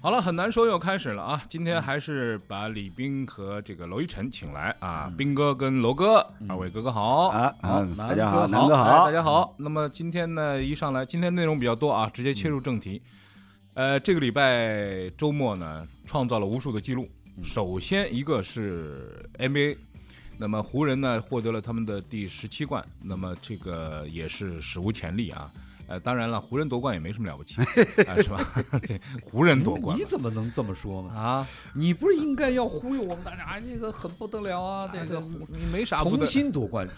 好了，很难说又开始了啊！今天还是把李冰和这个娄一晨请来啊，冰哥跟娄哥，二位哥哥好啊好嗯南大家好哥南哥好哎大家好。那么今天呢，一上来今天内容比较多啊，直接切入正题。嗯呃，这个礼拜周末呢，创造了无数的记录。嗯首先一个是 NBA，那么湖人呢获得了他们的第十七冠，那么这个也是史无前例啊。呃，当然了，湖人夺冠也没什么了不 起，啊，是吧？ 这湖人夺冠你嘛怎么能这么说呢？啊，你不是应该要忽悠我们大家，啊这个很不得了啊，这个湖你没啥不重得新夺冠，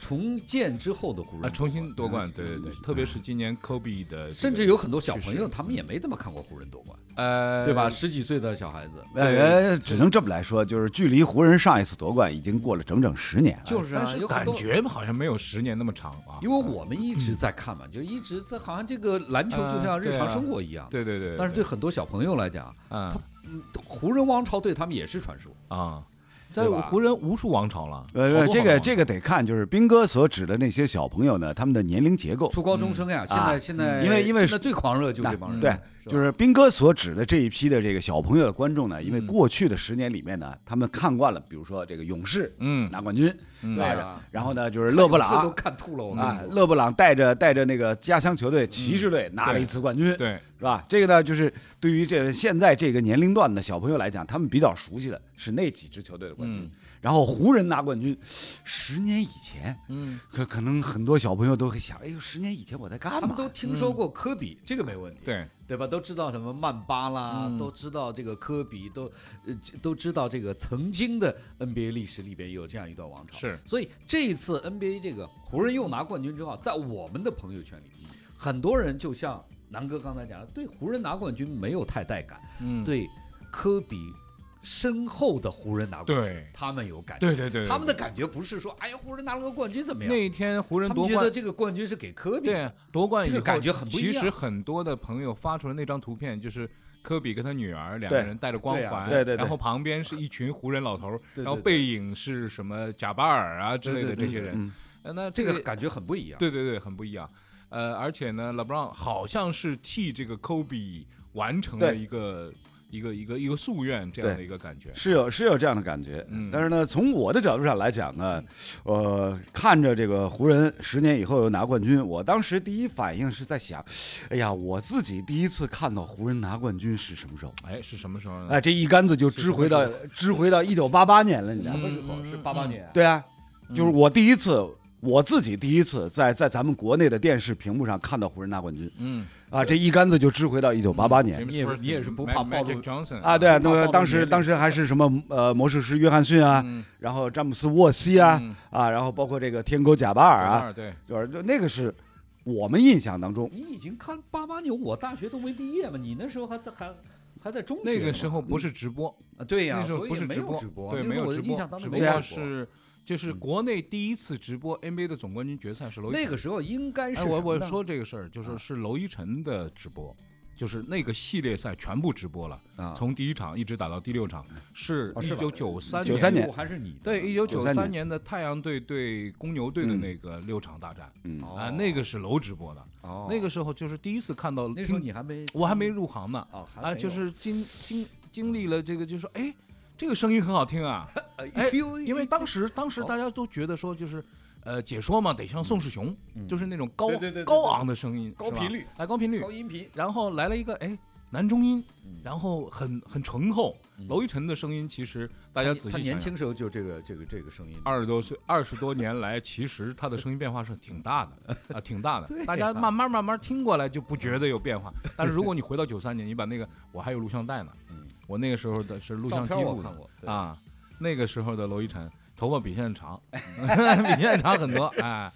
重建之后的湖人啊，重新哎夺夺冠，冠，对对对，特别是今年科比的这个，甚至有很多小朋确友实他们也没怎么看过湖人夺冠，呃，对吧？？哎十几岁的小孩子，呃，只能这么来说，就是距离湖人上一次夺冠已经过了整整十年了。就是但啊，是有很感多。觉好像没有十年那么长啊，因为我们一直在看嘛，就一直在，好像这个篮球就像日常生活一样。哎对对对，但是对很多小朋友来讲，嗯嗯湖人王朝对他们也是传说。啊，在对吧湖人无数王朝了，呃，这个个这个得看，就是斌哥所指的那些小朋友呢，他们的年龄结构。初高中生呀，现啊在现在因为因为嗯现在最狂热就这帮人，对，吧就是斌哥所指的这一批的这个小朋友的观众呢，因为过去的十年里面呢，他们看惯了，比如说这个勇士嗯拿冠军，对对吧啊？然后呢，就是勒布看勇士都朗看吐了，我跟啊，你说。勒布朗带着带着那个家乡球队骑士队拿了一次冠军，对，是吧？这个呢，就是对于这现在这个年龄段的小朋友来讲，他们比较熟悉的是那几支球队的冠军。嗯然后湖人拿冠军，十年以前，嗯，可可能很多小朋友都会想，哎呦，十年以前我在干他嘛们？嗯都听说过科比，这个没问题，对，对吧？都知道什么曼巴啦，嗯都知道这个科比，都呃都知道这个曾经的 NBA 历史里边有这样一段王朝。是所以这一次 NBA 这个湖人又拿冠军之后，在我们的朋友圈里，嗯很多人就像南哥刚才讲的，对湖人拿冠军没有太带感，嗯，对科比身后的湖人拿冠军，对他们有感觉。对对对，他们的感觉不是说，哎呀，湖人拿了个冠军怎么样？那天湖人他夺们觉冠得。这个冠军是给科比的。对，啊夺冠以这后个感觉很不一其样实很多的朋友发出了那张图片，就是科比跟他女儿两个对人带着光对啊环，对对对然后旁边是一群湖人老头儿，对对然后背影是什么贾巴尔啊之类的对对对这些人。嗯呃那这个、个感觉很不一样。对对对，很不一样。呃，而且呢，LeBron 好像是替这个 Kobe 完成了对一个一个一个一个夙愿这样的一个感觉。是有是有这样的感觉，嗯但是呢，从我的角度上来讲呢，呃，看着这个湖人十年以后又拿冠军，我当时第一反应是在想，哎呀，我自己第一次看到湖人拿冠军是什么时候？哎，是什么时候呢？哎，这一竿子就支回到支回到一九八八年了，你知道吗？时候？是八八嗯年啊，对啊，就是我第一次，我自己第一次在在咱们国内的电视屏幕上看到湖人拿冠军嗯，啊，这一竿子就支回到一九八八年。 James 你也不 Worthy，你也是不怕 Mag- 暴露 Magic Johnson 啊，对啊，那报道个的当年时龄当时还是什么呃魔术师约翰逊啊，嗯然后詹姆斯沃西啊、嗯啊，然后包括这个天狗贾巴尔啊， Jabbar，对，就是就那个是我们印象当中，你已经看八八年，我大学都没毕业嘛，你那时候还在还还在中学呢那嘛。个时候不是直播，啊，对呀，那时候所以不是没直有播，直播，对，没有我直的印象播，当只中不没过有嗯是就是国内第一次直播 NBA 的总冠军决赛是娄一那晨个时候应该是哎，啊我什么我呢说这个事儿，就是是娄一晨的直播，就是那个系列赛全部直播了，啊从第一场一直打到第六场，是哦一是吧啊九九三九93三年还是你的对，一九九93三年年的太阳队对公牛队的嗯那个六场大战嗯，啊，那个是娄直播的，哦那个时候就是第一次看到，那时候听你还没我还没入行呢，哦还没啊，有就是经经经历了这个，就说哎，这个声音很好听啊，哎哎呦，因为当时当时哦大家都觉得说就是。呃，解说嘛，得像宋世雄，就是那种高嗯对对对对对高昂的声音，高是吧频率，哎，高频率高，音频然后来了一个哎男中音嗯，然后很很醇厚。娄一晨的声音其实大家仔他细年想想，轻时候就这个这个这个声音二十多岁二十多年来，其实他的声音变化是挺大 的啊，挺大的。对大家啊慢慢慢慢听过来就不觉得有变化。但是如果你回到九三年，你把那个我还有录像带呢嗯，我那个时候的是录照像机片我录看的过对啊，那个时候的娄一晨。头发比现在长， 比现在长 很多。哎，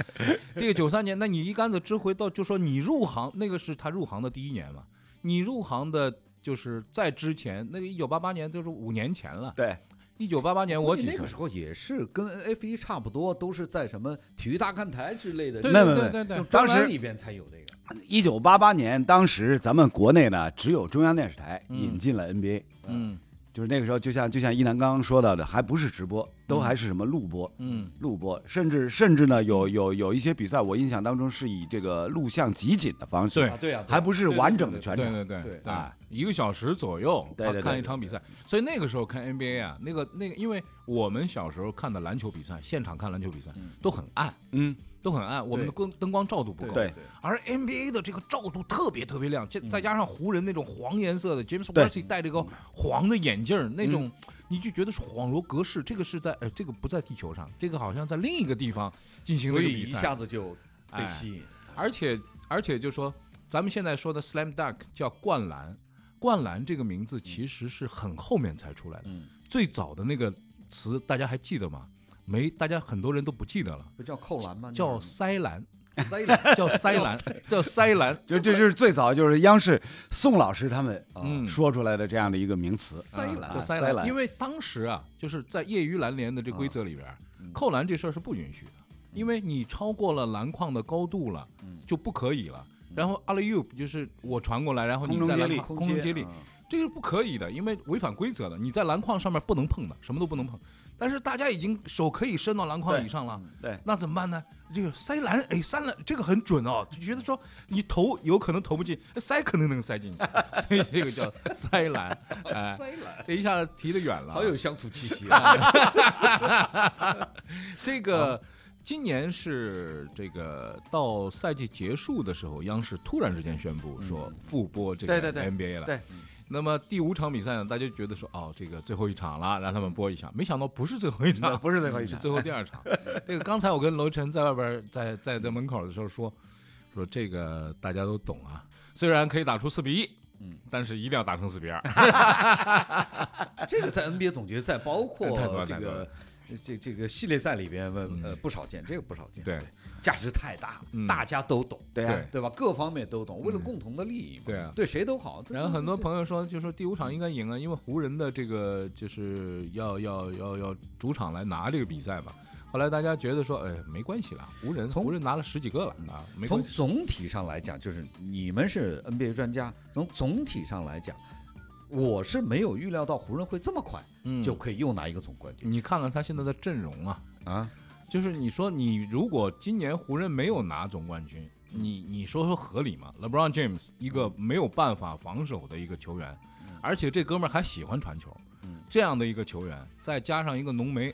这个九三年，那你一竿子支回到，就说你入行，那个是他入行的第一年嘛？你入行的就是在之前，那个一九八八年就是五年前了。对，一九八八年我我几那岁个？时候也是跟 F 一差不多，都是在什么体育大看台之类的，对没对没对没对对就对，专当栏时里边才有这个。一九八八年，当时咱们国内呢只有中央电视台嗯引进了 NBA，、嗯就是那个时候，就像就像一楠刚刚说到的，还不是直播，都还是什么录播，嗯录播，甚至甚至呢，有有有一些比赛，我印象当中是以这个录像集锦的方式，对啊，对啊，对啊还不是对对完对整的对全对场，对对对对啊，一个小时左右，对对对他看一场比赛。所以那个时候看 NBA 啊，那个那个，因为我们小时候看的篮球比赛，现场看篮球比赛都很暗，嗯，都很暗，我们的对光灯光照度不够。对嗯而 NBA 的这个照度特别特别亮，再再加上湖人那种黄颜色的 James 对嗯 Worthy 戴着个黄的眼镜儿，那种你就觉得是恍如隔世。这个是在呃，这个不在地球上，这个好像在另一个地方进行所了一个以比一赛。下子就哎被吸引。而且而且就说，咱们现在说的 slam dunk 叫灌篮，灌篮这个名字其实是很后面才出来的，嗯最早的那个词大家还记得吗？没，大家很多人都不记得了，不叫扣篮吗？那叫是塞篮， 塞篮 叫塞篮，叫塞篮。这这就是最早就是央视宋老师他们呃啊嗯，说出来的这样的一个名词，塞篮啊叫塞塞篮，因为当时啊，就是在业余篮联的这规则里边儿，嗯扣篮这事儿是不允许的，因为你超过了篮筐的高度了，嗯就不可以了。然后阿 l 尤就是我传过来，然后你空中再接来力空中接力，啊这个是不可以的，因为违反规则的。你在篮筐上面不能碰的，什么都不能碰。但是大家已经手可以伸到篮筐以上了，对，那怎么办呢？这个塞篮，哎，塞篮这个很准哦，就觉得说你投有可能投不进，塞肯定能塞进去， 所以这个叫塞篮。哎，塞篮，这一下提得远了啊，好有乡土气 息啊！这个今年是这个到赛季结束的时候，央视突然之间宣布说复播这个嗯对对 NBA 了。对那么第五场比赛呢，大家就觉得说哦，这个最后一场了，让他们播一下。没想到不是最后一那场， 不是最后一是场，最后第二场。这个刚才我跟娄晨在外边儿在在在门口的时候说，说这个大家都懂啊，虽然可以打出四比一，嗯，但是一定要打成四比二。这个在 NBA 总决赛，包 太多括了这太多了嗯个这这个系列赛里边，呃，不少见，这个不少见。对，价值太大嗯了，大家都懂，对啊对嗯对吧？各方面都懂，为了共同的利益嘛，对啊对谁都好。然后很多友朋友说，就说第五场应该赢啊，因为湖人的这个就是要要要要主场来拿这个比赛嘛。后来大家觉得说，哎，没关系啦，湖人从湖人拿了十几个了啊，没从关系。总体上来讲，就是你们是 NBA 专家，从总体上来讲，我是没有预料到湖人会这么快嗯就可以又拿一个总冠军你看看他现在的阵容啊，啊！就是你说你如果今年湖人没有拿总冠军，你你说说合理吗？LeBron James 一个没有办法防守的一个球员，嗯而且这哥们儿还喜欢传球，这样的一个球员，再加上一个浓眉，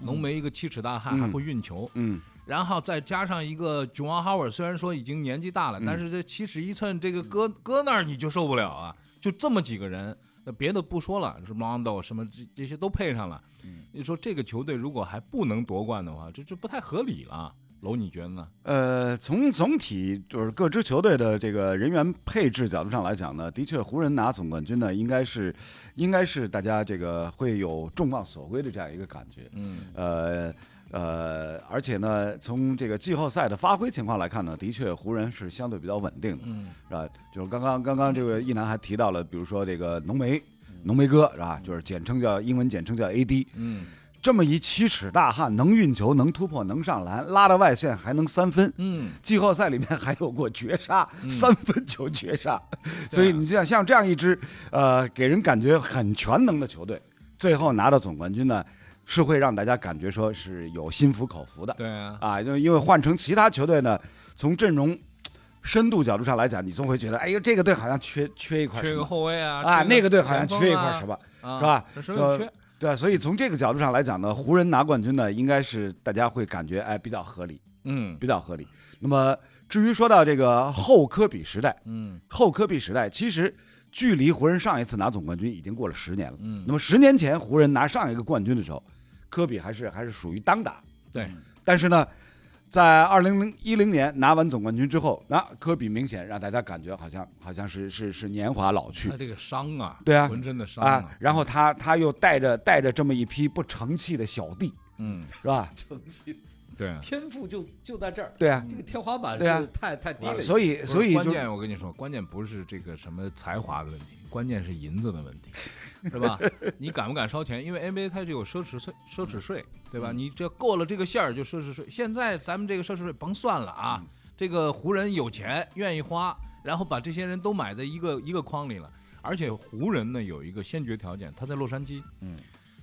浓眉一个七尺大汉嗯还会运球，嗯，然后再加上一个 John Howard，虽然说已经年纪大嗯了，但是这七尺一寸这个搁搁那儿你就受不了啊！就这么几个人，那别的不说了，什么 Rondo 什么这这些都配上了。嗯你说这个球队如果还不能夺冠的话，这这不太合理了。楼，你觉得呢？呃，从总体就是各支球队的这个人员配置角度上来讲呢，的确，湖人拿总冠军呢，应该是，应该是大家这个会有众望所归的这样一个感觉。嗯呃呃，而且呢，从这个季后赛的发挥情况来看呢，的确，湖人是相对比较稳定的。嗯是吧？就是刚刚刚刚这个一楠还提到了，比如说这个浓眉，浓眉哥是吧？就是简称叫英文简称叫 AD，嗯这么一七尺大汉，能运球，能突破，能上篮，拉到外线还能三分。嗯，季后赛里面还有过绝杀，三分球绝杀，啊所以你像像这样一支呃给人感觉很全能的球队，最后拿到总冠军呢，是会让大家感觉说是有心服口服的。对啊，啊，就因为换成其他球队呢，从阵容深度角度上来讲，你总会觉得，哎呦，这个队好像缺缺一块缺什个么后卫啊，啊，缺那个队好像前锋缺一块什么，啊，是吧这什么也缺？对、啊、所以从这个角度上来讲呢，湖人拿冠军呢，应该是大家会感觉哎比较合理，嗯比较合理。那么至于说到这个后科比时代，嗯后科比时代其实距离湖人上一次拿总冠军已经过了十年了。嗯，那么十年前湖人拿上一个冠军的时候，科比还是还是属于当打，嗯对，但是呢，在二零零一零年拿完总冠军之后，那科比明显让大家感觉好像好像是是是年华老去他这个伤啊，对啊浑身的伤啊，然后他他又带着带着这么一批不成器的小弟，嗯，是吧？成绩对啊。天赋就就在这儿，对啊，这个天花板对啊是太太低了一点。所以不是所嗯以关就键我跟你说，关键不是这个什么才华的问题，关键是银子的问题，是 吧？你敢不敢烧钱？因为 NBA 它就有奢侈税，奢侈税，嗯对吧？你这过了这个线儿就奢侈税。现在咱们这个奢侈税甭算了嗯啊，这个湖人有钱愿意花，然后把这些人都买在一个一个框里了。而且湖人呢有一个先决条件，他在洛杉矶，嗯。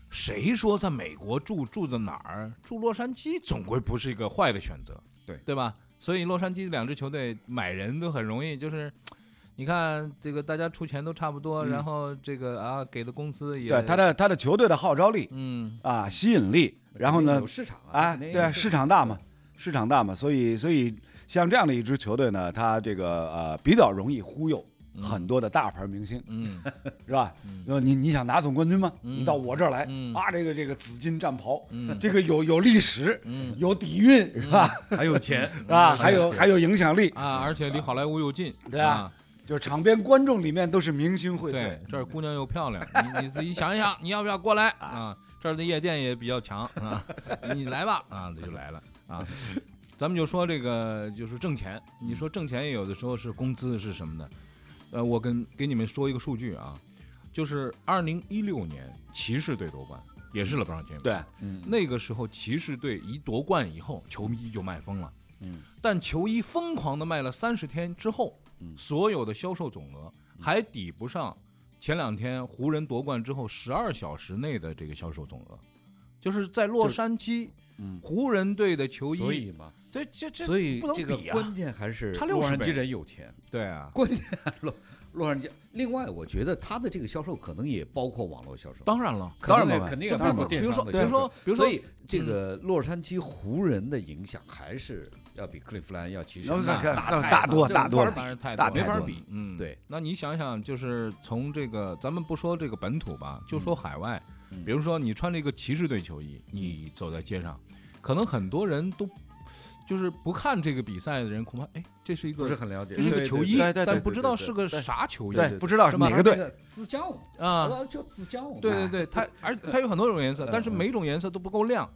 谁说在美国住住在哪儿？住洛杉矶总归不是一个坏的选择，对对吧？所以洛杉矶两支球队买人都很容易，就是你看这个大家出钱都差不多，然后这个啊给的工资也嗯对他的他的球队的号召力嗯啊吸引力，然后呢有市场啊，那对啊，市场大嘛，市场大嘛，所以所以像这样的一支球队呢，他这个呃比较容易忽悠嗯很多的大牌明星，嗯是吧嗯？就你你想拿总冠军吗？嗯你到我这儿来嗯啊，这个这个紫金战袍，嗯这个有有历史，嗯有底蕴，是吧？还有钱啊，还有还有影响力，啊，而且离好莱坞又近， 对啊啊，就是场边观众里面都是明星荟萃对，，这儿姑娘又漂亮，你你自己想一想，你要不要过来啊？这儿的夜店也比较强啊，你来吧啊，他就来了啊。咱们就说这个就是挣钱，你说挣钱也有的时候是工资是什么的，呃，我跟给你们说一个数据啊，就是二零一六年骑士队夺冠，也是 LeBron James，对，那个时候骑士队一夺冠以后，球衣就卖疯了。嗯，但球衣疯狂的卖了三十天之后，嗯所有的销售总额还抵不上前两天湖人夺冠之后十二小时内的这个销售总额，就是在洛杉矶，湖人队的球衣，嗯所以嘛，所以这这所以不能这个比啊关键还是差洛60杉倍矶人有钱，对啊，关键洛洛杉矶。另外，我觉得他的这个销售可能也包括网络销售，当然了，当然肯定包括也肯定也当然包括包括电比如商说的比如说比销售如说所以这个洛杉矶湖人的影响还是要比克利夫兰要骑士大那那那太大多这大无法多了比当然太大没太法多比，嗯，对。那你想想，就是从这个，咱们不说这个本土吧，就嗯说海外，比如说你穿了一个骑士队球衣，嗯你走在街上，可能很多人都就是不看这个比赛的人，恐怕哎，这是一不是个很了解，这是一对个对球对衣，对但对对不对知道对是个啥球衣对，不知道是是吧哪个队，？自降，啊。我叫自降。对对对，嗯它而它有很多种颜色，但是每种颜色都不够亮。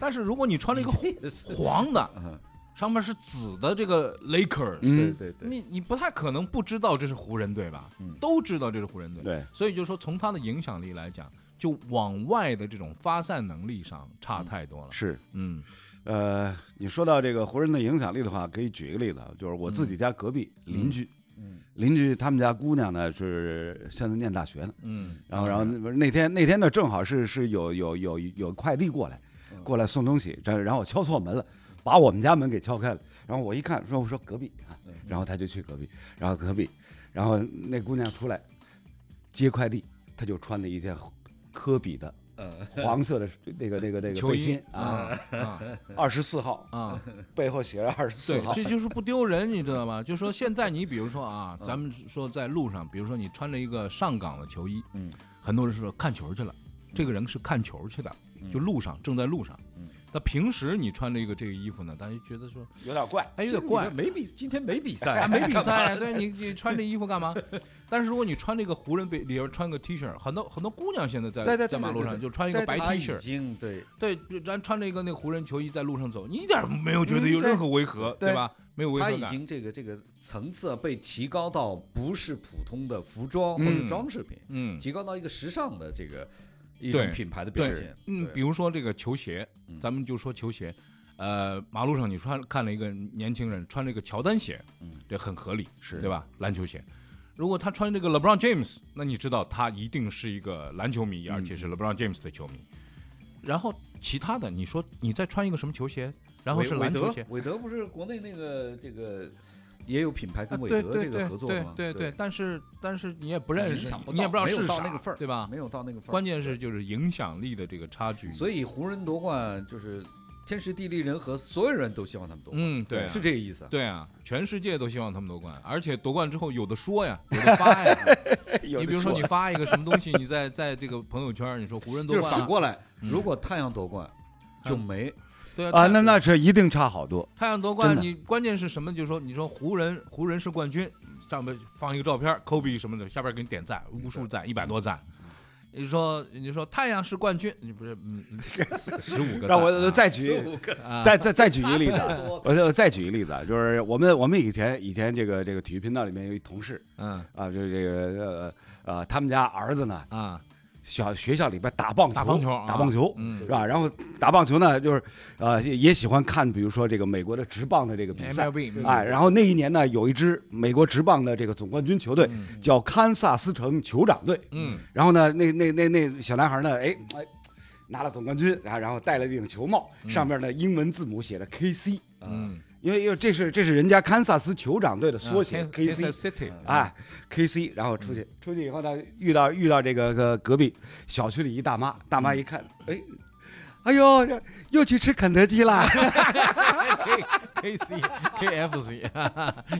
但是如果你穿 了一个红对，黄的，嗯上面是紫的这个 Laker，对嗯，对对，你你不太可能不知道这是湖人队吧？嗯都知道这是湖人队。对，所以就说从他的影响力来讲，就往外的这种发散能力上差太多了。是。嗯呃，你说到这个湖人的影响力的话，可以举一个例子，啊，就是我自己家隔壁邻居，嗯，邻居他们家姑娘呢是现在念大学呢， 嗯然后然后那不是那天那天呢正好是是有有有有快递过来，过来送东西，然然后我敲错门了。把我们家门给敲开了，然后我一看，说我说隔壁啊，然后他就去隔壁，然后隔壁，然后那姑娘出来接快递，她就穿了一件科比的呃，黄色的 那个那个那个球背衣心啊，啊二十四号啊，背后写着二十四对号，，这就是不丢人，你知道吧？就说现在你比如说嗯啊，咱们说在路上，比如说你穿着一个上港的球衣，嗯，很多人说看球去了，这个人是看球去的，就路上正在路上。嗯，那平时你穿着一个这个衣服呢，大家就觉得说，有点怪。哎，有点怪，没比今天没比赛啊，， 没比赛，对你你穿这衣服干嘛？ 但是如果你穿这个湖人背里边穿个 T 恤，很多很多姑娘现在在对对对在马路对上对就穿一个白 T 他已恤，经对对，咱穿着一个那个湖人球衣在路上走，你一点没有觉得嗯有对任何违和，对对吧？没有违他和已感。经这个这个层次啊被提高到不是普通的服装或者嗯装饰品，嗯，提高到一个时尚的这个一对种品牌的表对现，。嗯，比如如说这个球鞋，嗯咱们就说球鞋，呃，马路上你穿看了一个年轻人穿了一个乔丹鞋，嗯，这很合理，是对吧？篮球鞋。如果他穿这个 LeBron James，那你知道他一定是一个篮球迷，嗯而且是 LeBron James 的球迷。然后其他的，你说你再穿一个什么球鞋，然后是篮球鞋，韦德不是国内那个这个也有品牌啊跟韦对德对这个合对作对吗？对对，，但是但是你也不认识影响，不你也到不知道没有是到啥，那个份儿对吧？没有到那个份儿。关键是就是影响力的这个差距。所以，以湖人夺冠就是天时地利人和，所有人都希望他们夺冠，嗯，对、啊，是这个意思啊。对啊，全世界都希望他们夺冠，而且夺冠之后有的说呀，有的发呀。哎你比如说，你发一个什么东西，你在在这个朋友圈，你说湖人就夺是冠啊、反过来，嗯如果太阳夺冠，就嗯没对啊，啊，太那那这一定差好多。太阳夺真冠，的你关键是什么？就是说，你说湖人湖人是冠军，上面放一个照片，科比什么的，下边给你点赞，无数赞，一百多赞。你说你说太阳是冠军，你不是嗯十五个赞，让我再举十五个啊再再再举一个例 子差不啊多，我就再举一个例子啊，就是我们我们以前以前这个这个体育频道里面有一同事嗯啊，就是这个呃呃，他们家儿子呢，啊小学校里边打棒球，打棒球啊打棒球嗯是吧？然后打棒球呢，就是呃也也喜欢看，比如说这个美国的职棒的这个比赛。 ，MLB 哎，然后那一年呢，有一支美国职棒的这个总冠军球队嗯叫堪萨斯城酋长队，嗯然后呢，那那那那小男孩呢，哎哎，拿了总冠军，啊然后然后戴了一顶球帽，嗯上面呢英文字母写的 KC，嗯，因为因为这是这是人家堪萨斯酋长队的缩写嗯嗯 Kansas KC， City，哎 KC，然后出去出去以后呢，遇到遇到这个个隔壁小区里一大妈，大嗯妈一看，哎。哎呦，这又去吃肯德基啦！ K C K F C，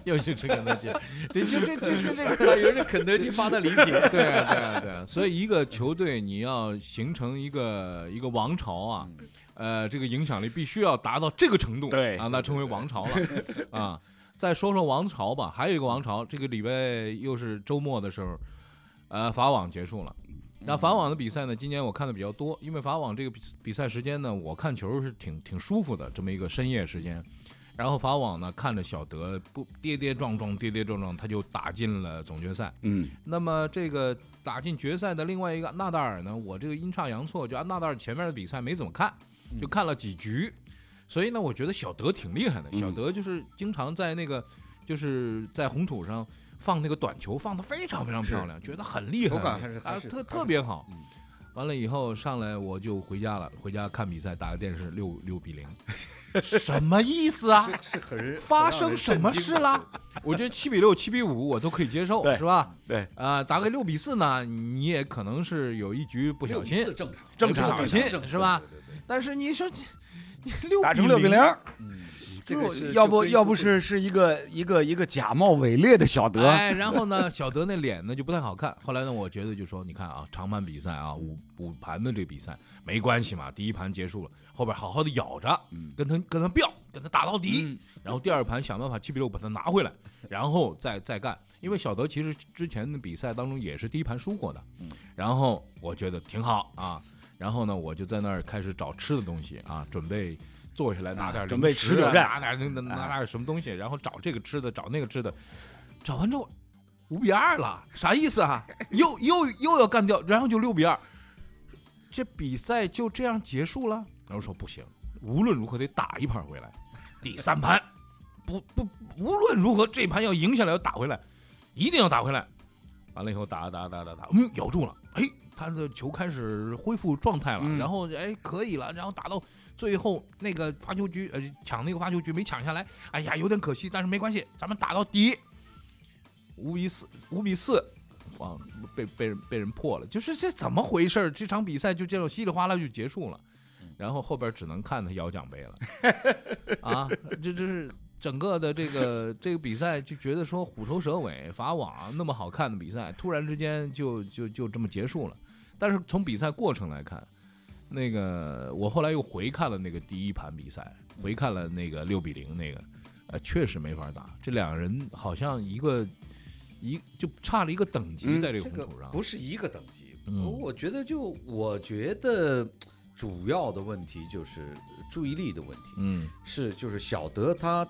又去吃肯德基，这就这这这这个。以为是肯德基发的礼品。对啊，对啊，对啊，所以一个球队你要形成一个一个王朝啊，呃，这个影响力必须要达到这个程度，对啊，那称为王朝了啊。再说说王朝吧，还有一个王朝，这个礼拜又是周末的时候，呃，法网结束了。那法网的比赛呢，今年我看的比较多，因为法网这个比比赛时间呢，我看球是挺挺舒服的，这么一个深夜时间。然后法网呢，看着小德不跌跌撞撞，跌跌撞撞，他就打进了总决赛。嗯，那么这个打进决赛的另外一个纳达尔呢，我这个阴差阳错，就纳达尔前面的比赛没怎么看，嗯就看了几局，所以呢，我觉得小德挺厉害的。嗯小德就是经常在那个就是在红土上放那个短球，放的非常非常漂亮，觉得很厉害，手感还是啊还是特还是特别好嗯。完了以后上来我就回家了，回家看比赛，打个电视六六比零， 什么意思啊？是很发生什么事了？我觉得七比六、七比五我都可以接受，对是吧？对，啊，打个六比四呢，你也可能是有一局不小心，正常，正常不小正常心是吧？对对对对但是你说这你六打成六六比零，，嗯，这就个是是要就不跟要不是是一个一个一个假冒伪劣的小德，哎，然后呢， 小德那脸呢就不太好看。后来呢，我觉得就说，你看啊，长盘比赛啊，五五盘的这比赛没关系嘛，第一盘结束了，后边好好的咬着，嗯跟他跟他飙，跟他打到底。然后第二盘想办法七比六把他拿回来，然后再再干。因为小德其实之前的比赛当中也是第一盘输过的，嗯然后我觉得挺好啊。然后呢，我就在那儿开始找吃的东西啊，准备坐下来拿点、啊准备持久战拿点那个拿点什么东西，然后找这个吃的，找那个吃的，找完之后五比二了，啥意思啊？又又又要干掉，然后就六比二，这比赛就这样结束了。然后说不行，无论如何得打一盘回来，第三盘不不，无论如何这盘要赢下来，要打回来，一定要打回来。完了以后打打打打打，嗯，咬住了，哎，他的球开始恢复状态了，嗯然后哎可以了，然后打到最后那个发球局，呃，抢那个发球局没抢下来，哎呀，有点可惜，但是没关系，咱们打到底，五比四，五比四，哇，被被人被人破了，就是这怎么回事儿？这场比赛就这样稀里哗啦就结束了，然后后边只能看他摇奖 杯了，啊，这这是整个的这个这个比赛就觉得说虎头蛇尾，法网那么好看的比赛，突然之间就就就这么结束了。但是从比赛过程来看，那个我后来又回看了那个第一盘比赛，回看了那个六比零那个，呃，确实没法打，这两个人好像一个一就差了一个等级嗯在这个红这个土上，不是一个等级。嗯我我觉得就我觉得主要的问题就是注意力的问题，嗯是就是小德他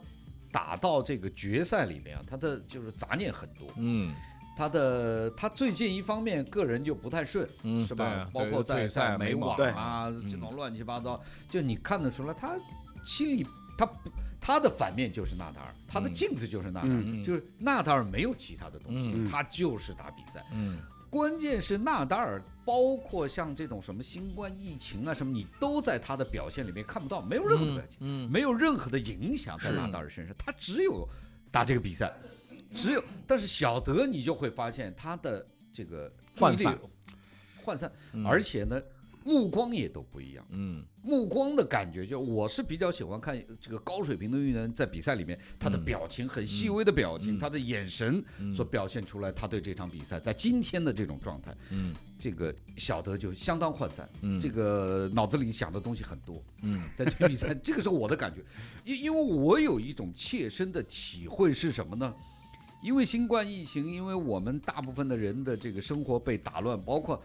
打到这个决赛里面啊，他的就是杂念很多，嗯他的他最近一方面个人就不太顺，嗯是对吧啊？包括对在退赛在美美网网对啊嗯这种乱七八糟，就你看得出来，他心里他不他的反面就是纳达尔，他的嗯镜子就是纳达尔，嗯就是纳达尔没有其他的东嗯西，他就是打比赛。嗯关键是纳达尔，包括像这种什么新冠疫情啊什么，你都在他的表现里面看不到，没有任何的表现，嗯没有任何的影响在是纳达尔身上，他只有打这个比赛，只有。但是小德你就会发现他的这个注意力涣散，涣散，嗯而且呢，目光也都不一样。嗯目光的感觉，就我是比较喜欢看这个高水平的运动员在比赛里面，他的嗯表情很细微的表情，嗯他的眼神嗯所表现出来，他对这场比赛在今天的这种状态，嗯这个小德就相当涣散，嗯这个脑子里想的东西很多，嗯，但这个比赛这个是我的感觉，因因为我有一种切身的体会是什么呢？因为新冠疫情，因为我们大部分的人的这个生活被打乱，包括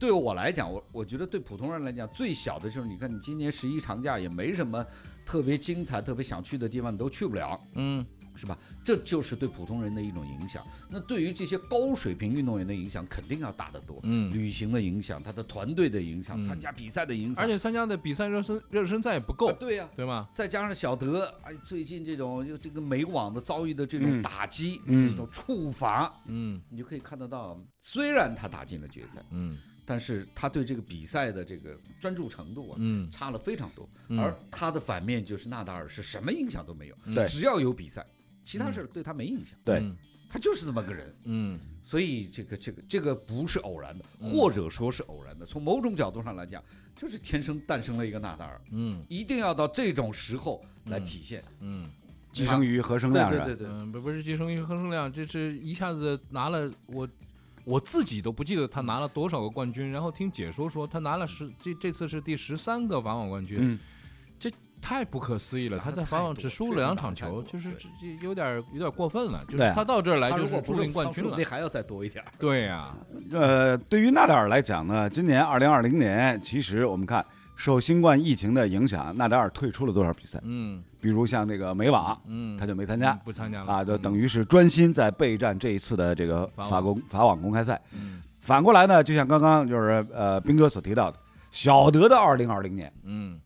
对我来讲，我我觉得对普通人来讲，最小的就是你看，你今年十一长假也没什么特别精彩、特别想去的地方，你都去不了，嗯，是吧？这就是对普通人的一种影响。那对于这些高水平运动员的影响，肯定要大得多。嗯旅行的影响，他的团队的影响，嗯参加比赛的影响，而且参加的比赛热身热身赛也不够啊，对呀、对吗？再加上小德，哎，最近这种就这个美网的遭遇的这种嗯打击，嗯这种处罚，嗯你就可以看得到，虽然他打进了决赛，嗯但是他对这个比赛的这个专注程度啊，嗯差了非常多。嗯而他的反面就是纳达尔是什么影响都没有，嗯对只要有比赛，其他事儿对他没影响，对嗯他就是这么个人。嗯所以这个这个这个不是偶然的，或者说是偶然的。从某种角度上来讲，就是天生诞生了一个纳达尔，嗯一定要到这种时候来体现。嗯寄生于何生对亮是对吧？对对，嗯，不不是寄生于何生亮，这是一下子拿了我。我自己都不记得他拿了多少个冠军，然后听解说说他拿了十，这这次是第十三个法网冠军，嗯，太不可思议了！拿他得在太法网多只输确了实两拿场得太球，多就是对这这有点有点过分了，就对是啊他到这儿来他就如果是不注定冠军了那，还要再多一点儿。对呀、呃，对于纳达尔来讲呢，今年二零二零年，其实我们看受新冠疫情的影响，纳达尔退出了多少比赛？嗯比如像这个美网，嗯，他就没参加嗯不参加了啊，就嗯等于是专心在备战这一次的这个法网法公法网公开赛。嗯反过来呢，就像刚刚就是呃斌哥所提到的，小德的二零二零年，嗯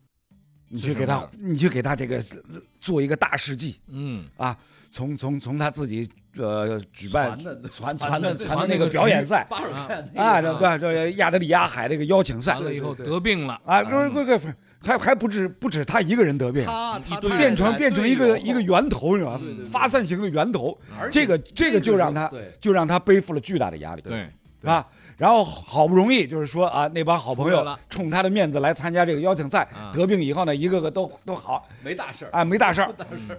你是去什么给他样，你去给他这个呃做一个大事迹嗯，啊，从从从他自己呃举办传的传传传的的传的传那那个个表演局赛巴尔干那个啊，是这吧对这亚得里亚海这个邀请赛完了以后对对得病了，啊，不是不是不是，还还不止不止他一个人得病，他一他堆太变成太变成一个队友一个源头，你知道吗对对对？发散型的源头，而且这个这个就让他对就让他背负了巨大的压力，对，对啊，然后好不容易就是说啊，那帮好朋出来友了冲他的面子来参加这个邀请赛啊，得病以后呢，一个个都都好，没大事儿，啊，没大事儿，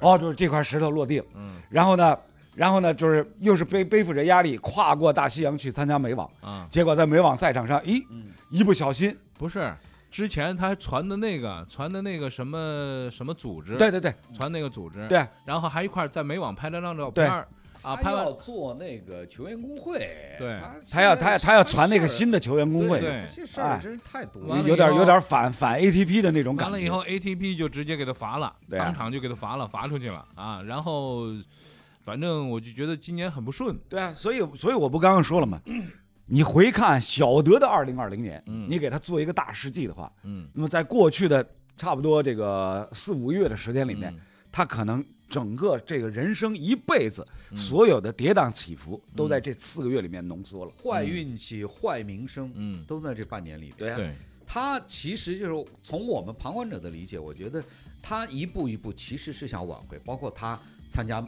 哦，就是这块石头落地了，嗯然后呢，然后呢，就是又是背背负着压力跨过大西洋去参加美网，啊，结果在美网赛场上，咦，嗯一不小心，不是。之前他还传的那个，传的那个什么什么组织，对对对传那个组织，对，哎然后还一块儿在美网拍了张照片儿啊，他拍要完做那个球员工会，对他要他要他要传那个新新的球员工会，哎对这些事儿真是太多完了了。有点以后有点反反 ATP 的那种感完了觉。以后，ATP 就直接给他罚了，对啊当场就给他罚了，罚出去了啊。然后，反正我就觉得今年很不顺，对啊，所以所以我不刚刚说了吗？你回看小德的二零二零年，嗯你给他做一个大事迹的话，嗯，那么在过去的差不多这个四五个月的时间里面，嗯他可能整个这个人生一辈子、嗯所有的跌宕起伏都在这四个月里面浓缩了。坏运气、坏名声，嗯，都在这半年里边。对对，他其实就是从我们旁观者的理解，我觉得他一步一步其实是想挽回，包括他参加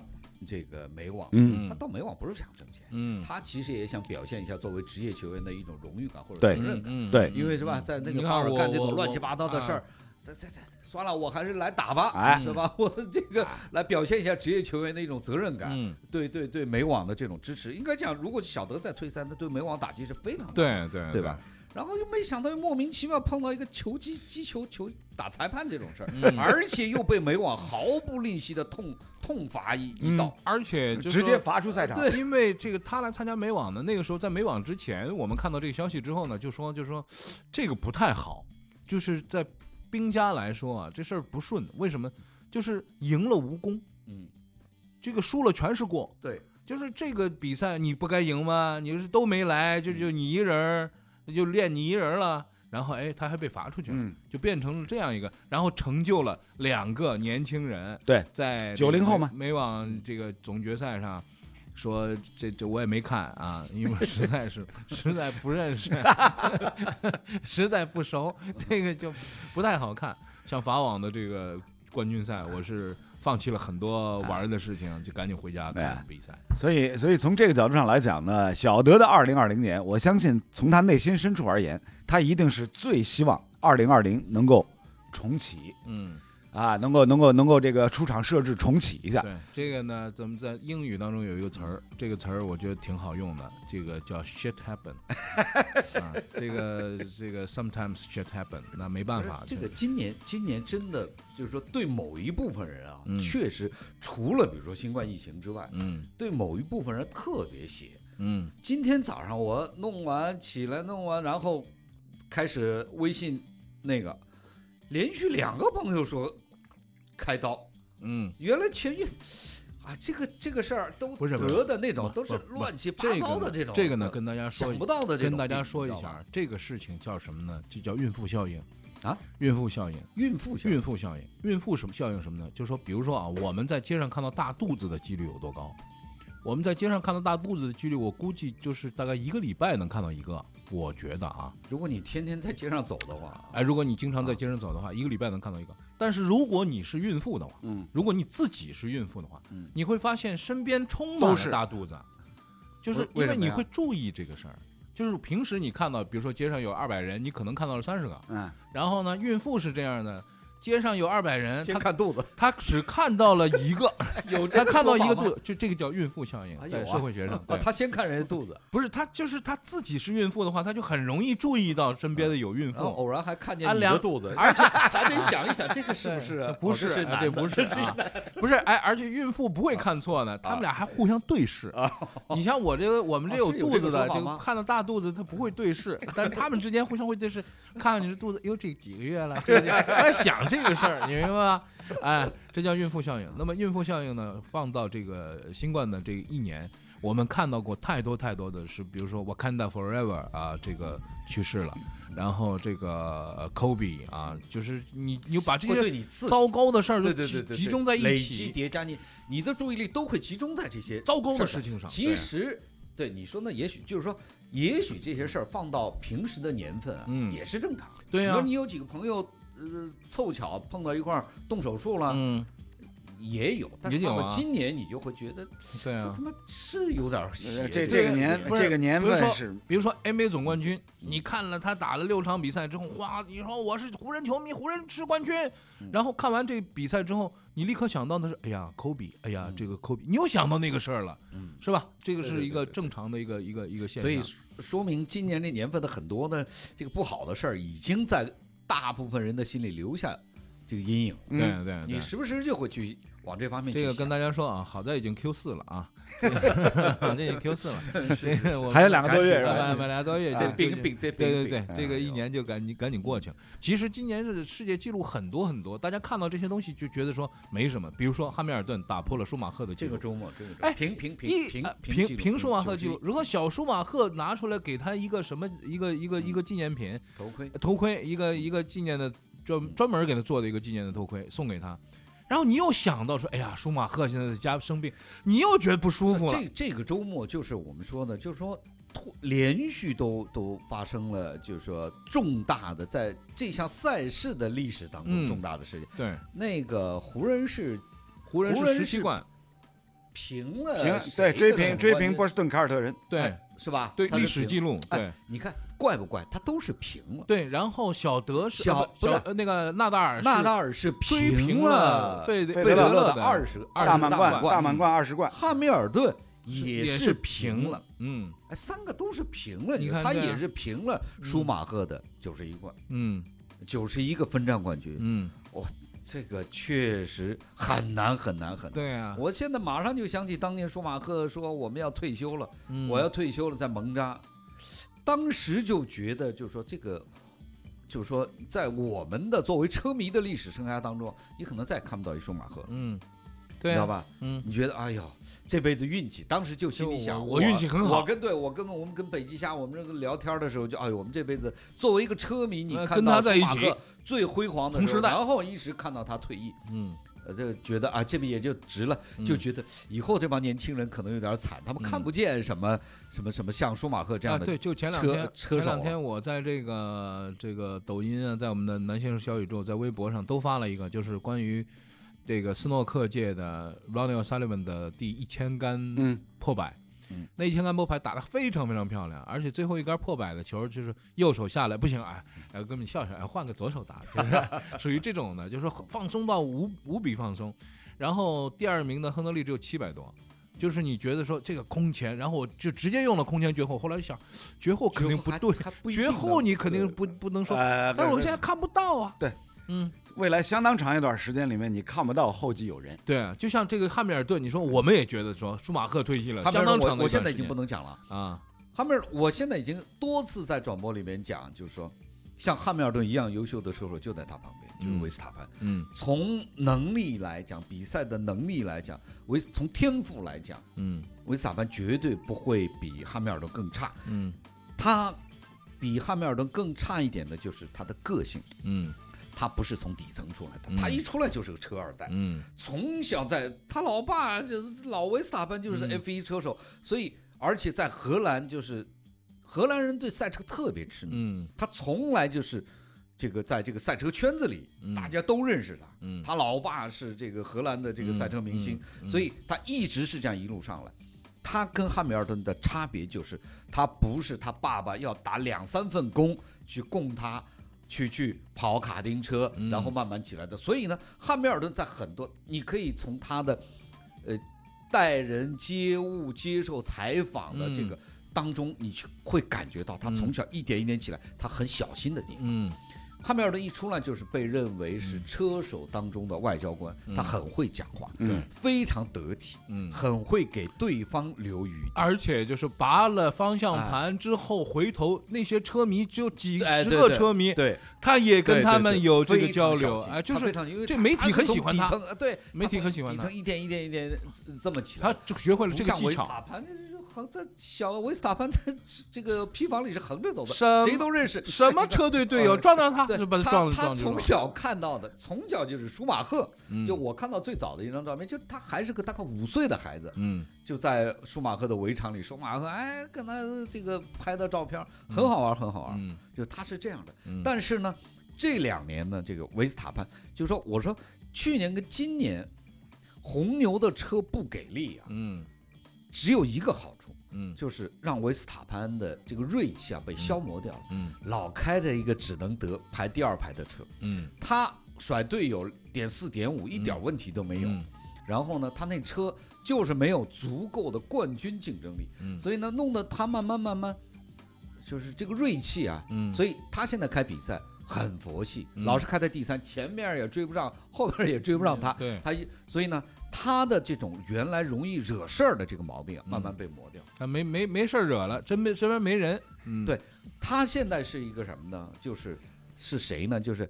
这个美网，嗯，他嗯到美网不是想挣钱，嗯，他其实也想表现一下作为职业球员的一种荣誉感或者对责任感，嗯对因为是吧，在那你个看巴尔干我这我种乱七八糟的事儿啊。嗯这这这，算了，我还是来打吧，哎是吧？我这个来表现一下职业球员的一种责任感，嗯，对对对，美网的这种支持，应该讲，如果小德再退赛，那对美网打击是非常大的。对对对吧？然后又没想到莫名其妙碰到一个球击击球球打裁判这种事儿，嗯而且又被美网毫不吝惜的痛痛罚一嗯一道。而且就嗯直接说罚出赛场。因为这个他来参加美网呢，那个时候在美网之前，我们看到这个消息之后呢，就说就说这个不太好，就是在兵家来说啊，这事儿不顺，为什么？就是赢了无功，嗯，这个输了全是过，对，就是这个比赛你不该赢吗？你是都没来，就就你一人儿，就练你一人儿了。然后哎，他还被罚出去了，嗯，就变成了这样一个，然后成就了两个年轻人。对，在90这个后嘛美美网这个总决赛上。说这这我也没看啊，因为实在是实在不认识， 实在不熟，这个就不太好看。像法网的这个冠军赛，我是放弃了很多玩儿的事情，就赶紧回家啊看比赛。所以所以从这个角度上来讲呢，小德的二零二零年，我相信从他内心深处而言，他一定是最希望二零二零能够重启嗯，啊，能够能够能够这个出场设置重启一下。对，这个呢，咱们在英语当中有一个词儿，这个词儿我觉得挺好用的，这个叫 shit happen，啊，这个这个 sometimes shit happen，那没办法，这个今年今年真的就是说，对某一部分人啊，嗯确实除了比如说新冠疫情之外，嗯对某一部分人特别邪。嗯今天早上我弄完起来弄完，然后开始微信那个，连续两个朋友说开刀，嗯，原来前院啊，这个这个事儿都不是不是得的那种，不都不是不乱七八这糟个呢的这种，这个呢，跟大家说想一不到的这种病，跟大家说你一知道吧下，这个事情叫什么呢？就叫孕妇效应啊，孕妇效应，孕妇孕妇效应，孕妇什么效应什么呢？就是说，比如说啊，我们在街上看到大肚子的几率有多高？我们在街上看到大肚子的几率，我估计就是大概一个礼拜能看到一个。我觉得啊，如果你天天在街上走的 话，哎，如果你经啊常在街上走的话，一个礼拜能看到一个。但是如果你是孕妇的话，嗯，如果你自己是孕妇的话，嗯你会发现身边充满都是了大肚子，就是为因为为什么你呀会注意这个事儿。就是平时你看到，比如说街上有二百人，你可能看到了三十个。嗯，然后呢，孕妇是这样的，街上有二百人，先她看肚子，她只看到了一个， 有她看到一个肚肚，子，就这个叫孕妇效应哎，有在啊社会学 上，啊，对，他先看人 家肚子，不是她就是她自己是孕妇的话，她就很容易注意到身边的有孕然后妇，偶然还看见啊你两的 肚子，而且还得想一想这个是不是对啊？不哦是，这是哎对，男的 啊不是啊，不是，哎，而且孕妇不会看错呢，他们俩还互相对视。你像我这个，我们这有哦啊是有肚这子个的，说法这个吗看到大肚子，他不会对视，但是他们之间互相会对视，看看你这肚子，哟，这几个月了， 这个在想这个事儿，你明白吗？哎，这叫孕妇效应。那么孕妇效应呢，放到这个新冠的这一年。我们看到过太多太多的是，比如说 Wakanda Forever 啊，这个去世了，然后这个呃 Kobe 啊，就是你你把这会些对你刺激。糟糕的事儿对就对集对对，集对中在一累积起，叠加，你你的注意力都会集中在这些糟糕的事事儿情上。其对，实，对你说呢，也许就是说，也许这些事儿放到平时的年份啊，嗯也是正常。对你呀说你有几个朋友，呃，凑巧碰到一块儿动手术了，嗯，也有，但是也有放啊到今年你就会觉得对这啊他。妈是有点儿邪这这对这个年不是这个年比如份说是比如说 NBA 总冠军，你看了他打了六场比赛之后，哗，你说我是湖人球迷，湖人是冠军。然后看完这比赛之后，你立刻想到的是，哎呀，科比，哎呀，这个科比，你又想到那个事儿了，是吧？这个对对是对一个对正常的一个一个一个现所以象。说明今年这年份的很多的这个不好的事儿，已经在大部分人的心里留下这个阴影。对对对，嗯你时不时就会去往这方面去这个想。跟大家说啊，好在已经 Q 四了 啊，这已经 Q 四了，这个我还有两个多月是买吧？买买俩多月，这啊这病病这病嗯对对病对，这个一年就赶紧赶紧过去了。其实今年是世界纪录很多很多，大家看到这些东西就觉得说没什么。比如说汉密尔顿打破了舒马赫的记这个录，周末，这个周哎末平平一平平呃平平平舒马赫记录。，如果小舒马赫拿出来给他一个什么一个一个一个纪念品头盔头盔，一个一个纪念的专专门给他做的一个纪念的头盔送给他。然后你又想到说，哎呀，舒马赫现在在家生病，你又觉得不舒服了。这这个周末就是我们说的，就是说突连续都都发生了，就是说重大的在这项赛事的历史当嗯中重大的事情。对，那个湖人是湖人湖是人十七是哎冠，平了平谁对的追总平追冠平军波士顿凯尔特人，对哎是吧？对，他是历史平记录，对哎，你看怪不怪？他都是平了。对，然后小德是小呃不不小是呃那个纳达尔纳达尔尔是追平了费德费德德勒勒的二十二大满贯大满贯二嗯十贯，汉密尔顿也是平平了。，嗯哎，三个都是平了，你看看他对啊也是平了舒马赫的九十一冠，嗯九十一个分站冠军，嗯，这个确实很难很难很难。对啊，我现在马上就想起当年舒马赫说我们要退休了，嗯我要退休了，在蒙扎，当时就觉得就是说这个。就是说，在我们的作为车迷的历史生涯当中，你可能再也看不到一舒马赫了，嗯，你对知道啊，吧？嗯你觉得，哎呦，这辈子运气，当时就心里就想，我我我运气很好我跟对我跟我们跟北极虾，我们这个聊天的时候就，哎呦，我们这辈子作为一个车迷，你呃看跟到他在一舒马起赫最辉煌的同时候时代然后一直看到他退役，嗯，呃，就觉得啊，这边也就值了，就嗯觉得以后这帮年轻人可能有点惨，他们看嗯不见什么什么什么像舒马赫这样啊的，对，就前两车天车前两手啊天我在这个这个抖音啊，在我们的南先生小宇宙，在微博上都发了一个，就是关于这个斯诺克界的 Ronnie O'Sullivan 的第一千杆嗯，破百。嗯那一千杆破百打得非常非常漂亮，而且最后一杆破百的球就是右手下来不行，哎，哎，哥们你笑笑，哎，换个左手打，就是 属于这种的，就是说放松到无无比放松。然后第二名的亨德利只有七百多，就是你觉得说这个空前，然后我就直接用了空前绝后。后来一想，绝后肯定不对，还不一定绝呢后你肯定对不不能说，呃，但是我现在看不到啊。对，嗯，未来相当长一段时间里面，你看不到后继有人。对啊，就像这个汉密尔顿，你说我们也觉得说舒马赫退役了，汉密相尔当顿长我的我一段现在已时经间不能讲了。啊，汉密尔，我现在已经多次在转播里面讲，就是说像汉密尔顿一样优秀的射手就在他旁边，就是维斯塔潘。嗯从能力来讲，比赛的能力来讲，维从天赋来讲，嗯维斯塔潘绝对不会比汉密尔顿更差。嗯他比汉密尔顿更差一点的就是他的个性，嗯他不是从底层出来的，嗯他一出来就是个车二代。嗯从小在他老爸就是老维斯塔潘就是嗯 F 1车手，所以而且在荷兰就是荷兰人对赛车特别痴迷，嗯他从来就是这个在这个赛车圈子里嗯大家都认识他，嗯，他老爸是这个荷兰的这个赛车明星，嗯，所以他一直是这样一路上来。他跟汉密尔顿的差别就是，他不是他爸爸要打两三份工去供他去去跑卡丁车，嗯然后慢慢起来的。所以呢，汉密尔顿在很多你可以从他的呃待人接物、接受采访的这嗯个当中，你去会感觉到他从小一点一点起来，他很小心的地方。嗯汉密尔顿一出来就是被认为是车手当中的外交官，他很会讲话，嗯非常得体，嗯很会给对方留余地。而且就是拔了方向盘之后，回头那些车迷只有几哎十对个对车迷，对，他也跟对他对们对有这个非常交小流，心哎，就他非是常因为这他媒体他是很从喜欢底他层，呃对，媒他体从很喜欢底他层一点一点一点这这么起来他的。就学会了不这个像技维斯巧，塔潘，那就是横在小维斯塔潘在这个坯房里是横着走的，什谁都认识。什么车队队友呃撞到他对就把他撞他撞住从了，小看到的，从小就是舒马赫。嗯就我看到最早的一张照片，就是他还是个大概五岁的孩子，嗯就在舒马赫的围场里，舒马赫哎跟他这个拍的照片很好玩，很好玩。嗯就他是这样的，嗯，但是呢，这两年呢，这个维斯塔潘就是说，我说去年跟今年红牛的车不给力啊，嗯只有一个好处，嗯就是让维斯塔潘的这个锐气啊被消磨掉了，嗯老开着一个只能得排第二排的车，嗯他甩队友点四点五一点问题都没有。嗯然后呢，他那车就是没有足够的冠军竞争力，嗯所以呢，弄得他慢慢慢慢，就是这个锐气啊，嗯，所以他现在开比赛很佛系，嗯老是开在第三，前面也追不上，后边也追不上他，嗯对，他一所以呢，他的这种原来容易惹事儿的这个毛病啊嗯慢慢被磨掉。他没没没事儿惹了，真没身边没人，嗯对他现在是一个什么呢？就是是谁呢？就是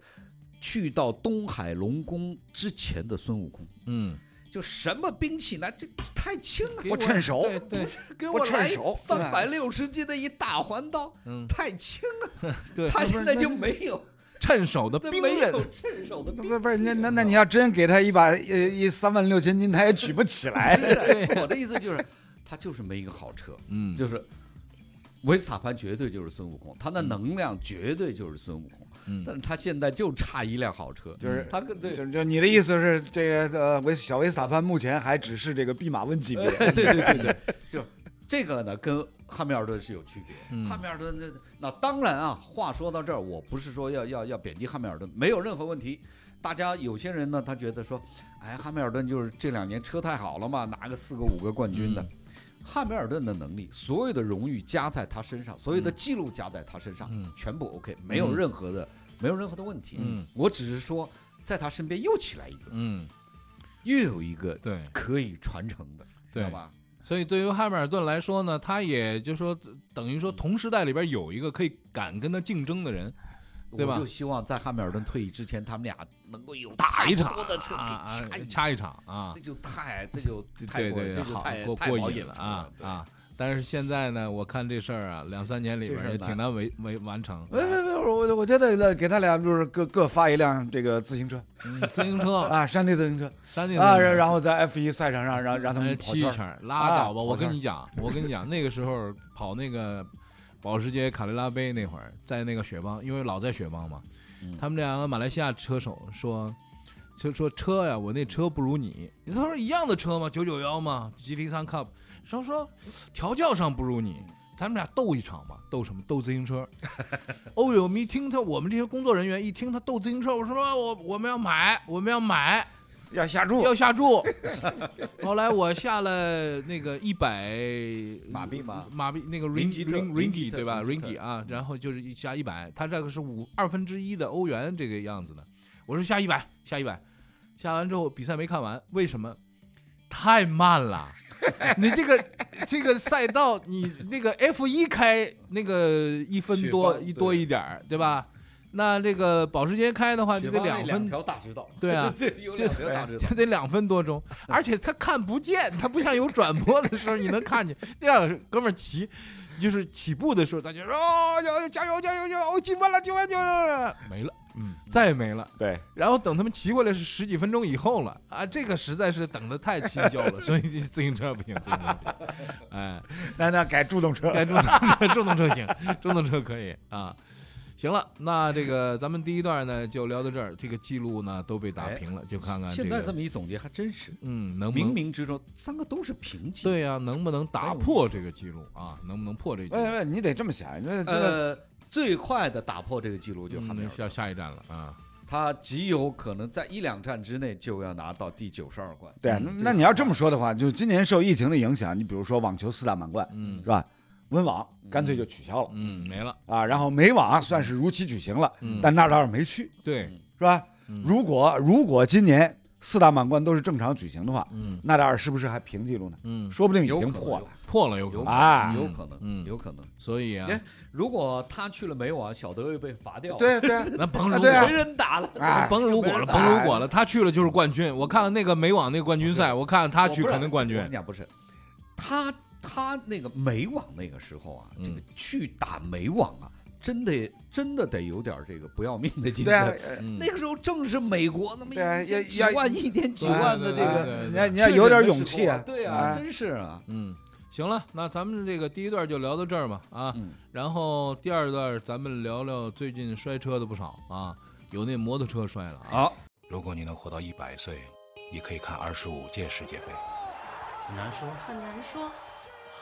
去到东海龙宫之前的孙悟空。嗯，就什么兵器呢？这太轻啊了，给不我趁手对对给不我趁来手三百六十斤的一大环刀，嗯太轻了。 对，他那不现是在那就没有，趁手的他兵没刃，有趁手的兵 不不是，那那器那你要真给他一把呃一三万六千斤，他也举不起来。我的意思就是，他就是没一个好车，嗯就是维斯塔潘绝对就是孙悟空，他的嗯能量绝对就是孙悟空，嗯但是他现在就差一辆好车，就是他跟对。就就你的意思是，这个呃维小维斯塔潘目前还只是这个弼马温级别， 对对对对，就是这个呢，跟汉密尔顿是有区别。嗯汉密尔顿那那当然啊，话说到这儿，我不是说要要要贬低汉密尔顿，没有任何问题。大家有些人呢，他觉得说，哎，汉密尔顿就是这两年车太好了嘛，拿个四个五个冠军嗯的。汉密尔顿的能力，所有的荣誉加在他身上，所有的记录加在他身上，嗯全部 OK，没有任何的、没有任何的问题。嗯，我只是说，在他身边又起来一个，嗯，又有一个对可以传承的，知对道吧？所以对于汉密尔顿来说呢，他也就说等于说同时代里边有一个可以敢跟他竞争的人，对吧我就希望在汉密尔顿退役之前，他们俩能够有打一场差不多的车啊给掐啊一掐一场啊这，就太这就太对过对这对，就好太过太过饱瘾眼福啊对啊！但是现在呢，我看这事儿啊，两三年里这事边儿也难挺难维维完 成。呃没没没，我我觉得给他俩就是各各发一辆这个自行车嗯自行 车，啊，山地自行车三零啊，然然后在 F 一赛场上让让他们跑骑一圈哎圈儿，儿，拉倒吧！啊我跑圈跟儿你讲，我跟你讲，那个时候跑那个保时捷卡雷拉杯那会儿，在那个雪邦，因为老在雪邦嘛，嗯他们两个马来西亚车手说，就说车呀，我那车不如你。他说一样的车吗？九九幺吗？GT 三 Cup，然后说调教上不如你，咱们俩斗一场吧，斗什么？斗自行车。欧友迷听他，我们这些工作人员一听他斗自行车，我说我我们要买，我们要买。要下注，要下注。 后来我下了那个一百马币吗马币那个林吉 ringi 特 ringi 林吉特对吧林吉特？ringi 啊，然后就是一下一百，他这个是五二分之一的欧元这个样子的。我说下一百，下一百，下完之后比赛没看完，为什么？太慢 了，你这个这个赛道，你那个 F 一开那个一分雪多邦一对多一点儿，对吧？那这个保时捷开的话就得雪巴那分，条大直道，对啊这有这两条大直道就，得两分多 钟，而且他看不见，他不像有转播的时候你能看见。那要是哥们儿骑，就是起步的时候，大家说哦，要加油加油加油，哦，进弯了进弯进弯了，没了，嗯，再也没了。对，然后等他们骑回来是十几分钟以后了啊，这个实在是等的太心焦了，所以这自行车不行，自行车不行，哎，那那改助动车，该助动助动车行，助动车可以啊。行了，那这个咱们第一段呢就聊到这儿，这个记录呢都被打平了，就看看这哎现在这个么一总结还真是，嗯能不冥能冥之中三个都是平级。，对呀、啊能不能打有意破思这个记录啊？能不能破这个记喂录？喂，你得这么想，那这个呃，最快的打破这个记录就嗯汉密尔下顿，下一站了啊！他极有可能在一两站之内就要拿到第九十二冠。对啊，那那你要这么说的话，就今年受疫情的影响，你比如说网球四大满贯嗯是吧？温网干脆就取消了嗯，没了。啊，然后美网算是如期举行了，嗯但纳达尔没去，对，是吧嗯？如果如果今年四大满贯都是正常举行的话，嗯纳达尔是不是还平记录呢？嗯，说不定已有经可破能了破了有可有能可啊能，！有可能，嗯有可能。所以啊，哎如果他去了美网，小德又被罚掉了，对对 那甭啊如对啊没人打了。啊，甭如果了，甭如果了，他去了就是冠军。我看了那个美网那个冠军赛，我看他我去不是肯定冠我军跟你。讲，不是他他那个美网那个时候啊，嗯这个去打美网啊，真的真的得有点这个不要命的精对啊，神。呃嗯那个时候正是美国那么对啊一要一几要啊万一点几对对万的这对个对你对要哎你要有点勇确诊的气时候啊啊！！对啊啊，真是啊，嗯，行了，那咱们这个第一段就聊到这儿吧啊，嗯然后第二段咱们聊聊最近摔车的不少啊，有那摩托车摔了啊，好，如果你能活到一百岁，你可以看二十五届世界杯。很难说，很难说，